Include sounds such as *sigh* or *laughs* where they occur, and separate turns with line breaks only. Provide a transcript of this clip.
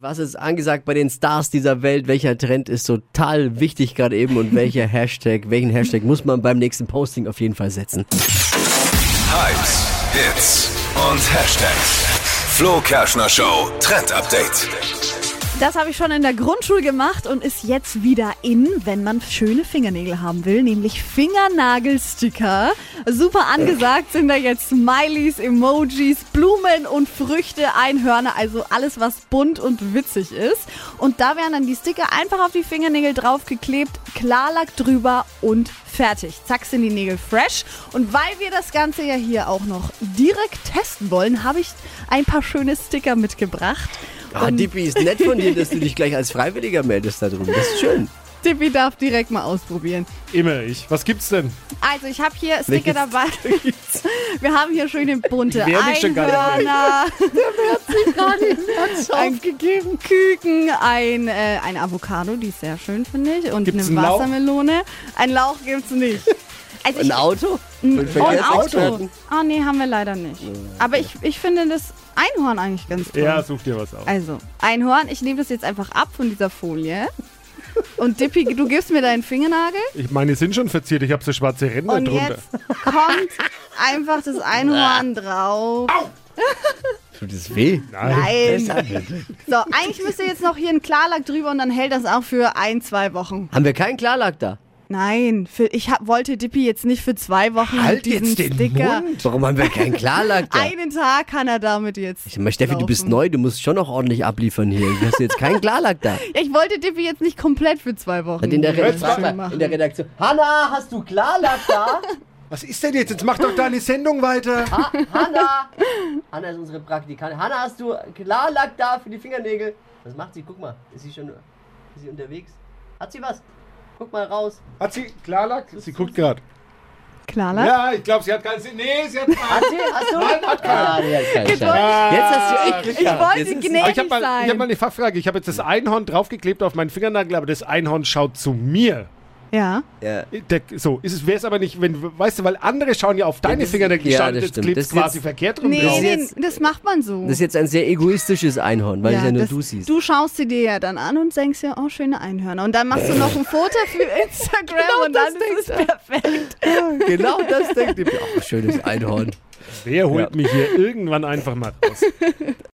Was ist angesagt bei den Stars dieser Welt? Welcher Trend ist total wichtig gerade eben und welcher Hashtag, welchen Hashtag muss man beim nächsten Posting auf jeden Fall setzen?
Hypes, Hits und Hashtags. Flo Kerschner Show Trend Update.
Das habe ich schon in der Grundschule gemacht und ist jetzt wieder in, wenn man schöne Fingernägel haben will, nämlich Fingernagelsticker. Super angesagt sind da jetzt Smileys, Emojis, Blumen und Früchte, Einhörner, also alles, was bunt und witzig ist. Und da werden dann die Sticker einfach auf die Fingernägel draufgeklebt, Klarlack drüber und fertig. Zack sind die Nägel fresh. Und weil wir das Ganze ja hier auch noch direkt testen wollen, habe ich ein paar schöne Sticker mitgebracht.
Ah,
Und-
Dippi, ist nett von dir, dass du dich gleich als Freiwilliger meldest da drüben. Das ist schön.
Tippi darf direkt mal ausprobieren.
Immer ich. Was gibt's denn?
Also, ich habe hier Sticker
Welches
dabei. *laughs* Wir haben hier schöne bunte
wehr mich schon gar nicht
Einhörner. *laughs* ein gegeben. Küken, ein, äh, ein Avocado, die ist sehr schön, finde ich. Und
Gibt's
eine
einen Lauch?
Wassermelone. Ein Lauch gibt's nicht. Also
Ein
ich,
Auto?
oh,
Verkehrs-
ein Auto.
Experten?
Ah, nee, haben wir leider nicht. Aber ich, ich finde das Einhorn eigentlich ganz toll.
Hm.
Oh, Ja, such dir was aus.
Also, Einhorn, ich nehme das jetzt einfach ab von dieser Folie. Und Dippy, du gibst mir deinen Fingernagel.
Ich meine, die sind schon verziert. Ich habe so schwarze Ränder
Und
drunter.
jetzt kommt einfach das Einhorn drauf.
Tut es weh?
Nein. So, eigentlich müsste jetzt noch hier ein Klarlack drüber und dann hält das auch für ein, zwei Wochen.
Haben wir keinen Klarlack da?
Nein, für, ich hab, wollte Dippy jetzt nicht für zwei Wochen
Halt
diesen
jetzt den
Sticker.
Mund.
Warum haben wir keinen Klarlack da?
Einen Tag kann er damit jetzt.
Ich meine, Steffi, du bist
laufen.
neu, du musst schon noch ordentlich abliefern hier. Du hast jetzt keinen Klarlack da.
Ja, Ich wollte Dippy jetzt nicht komplett für zwei Wochen.
Hat in der, Re
schön
Frag mal, in
machen.
der Redaktion. Hanna, hast du Klarlack da?
Was ist denn jetzt? Jetzt mach doch deine Sendung weiter.
Ha Hanna! Hanna ist unsere Praktikantin. Hanna, hast du Klarlack da für die Fingernägel? Was macht sie? Guck mal. Ist sie schon ist sie unterwegs? Hat sie was? Guck mal raus.
Hat sie Klarlack? Sie guckt gerade.
Klarlack?
Ja, ich glaube, sie hat keinen Sinn.
*laughs*
Nee, sie hat keinen
Hat sie? Hast du? Ah, nee, hat keinen Scheiß.
wollte-
Jetzt hast du echt Glück
Ich
gehabt.
wollte
Jetzt ist-
gnädig
Aber ich habe mal,
sein.
ich hab mal eine Fachfrage. Ich habe jetzt das Einhorn draufgeklebt auf meinen Fingernagel, aber das Einhorn schaut zu mir.
ja.
Ja.
Der, so, wäre es aber nicht, wenn, weißt du, weil andere schauen ja auf deine
das ist-
Fingernägel,
ja, das
schaut, jetzt
stimmt.
klebt
Das ist
quasi
jetzt-
verkehrt rum
Nee,
drauf.
nee,
jetzt-
das macht man so.
Das ist jetzt ein sehr egoistisches Einhorn, weil es ja nur
das-
du siehst.
Du schaust sie dir ja dann an und denkst ja, oh, schöne Einhörner. Und dann
*laughs*
machst du noch ein Foto für Instagram und dann ist es perfekt.
genau das denkt ihr. Ach, schönes Einhorn.
Wer holt
Ja.
mich hier irgendwann einfach mal raus?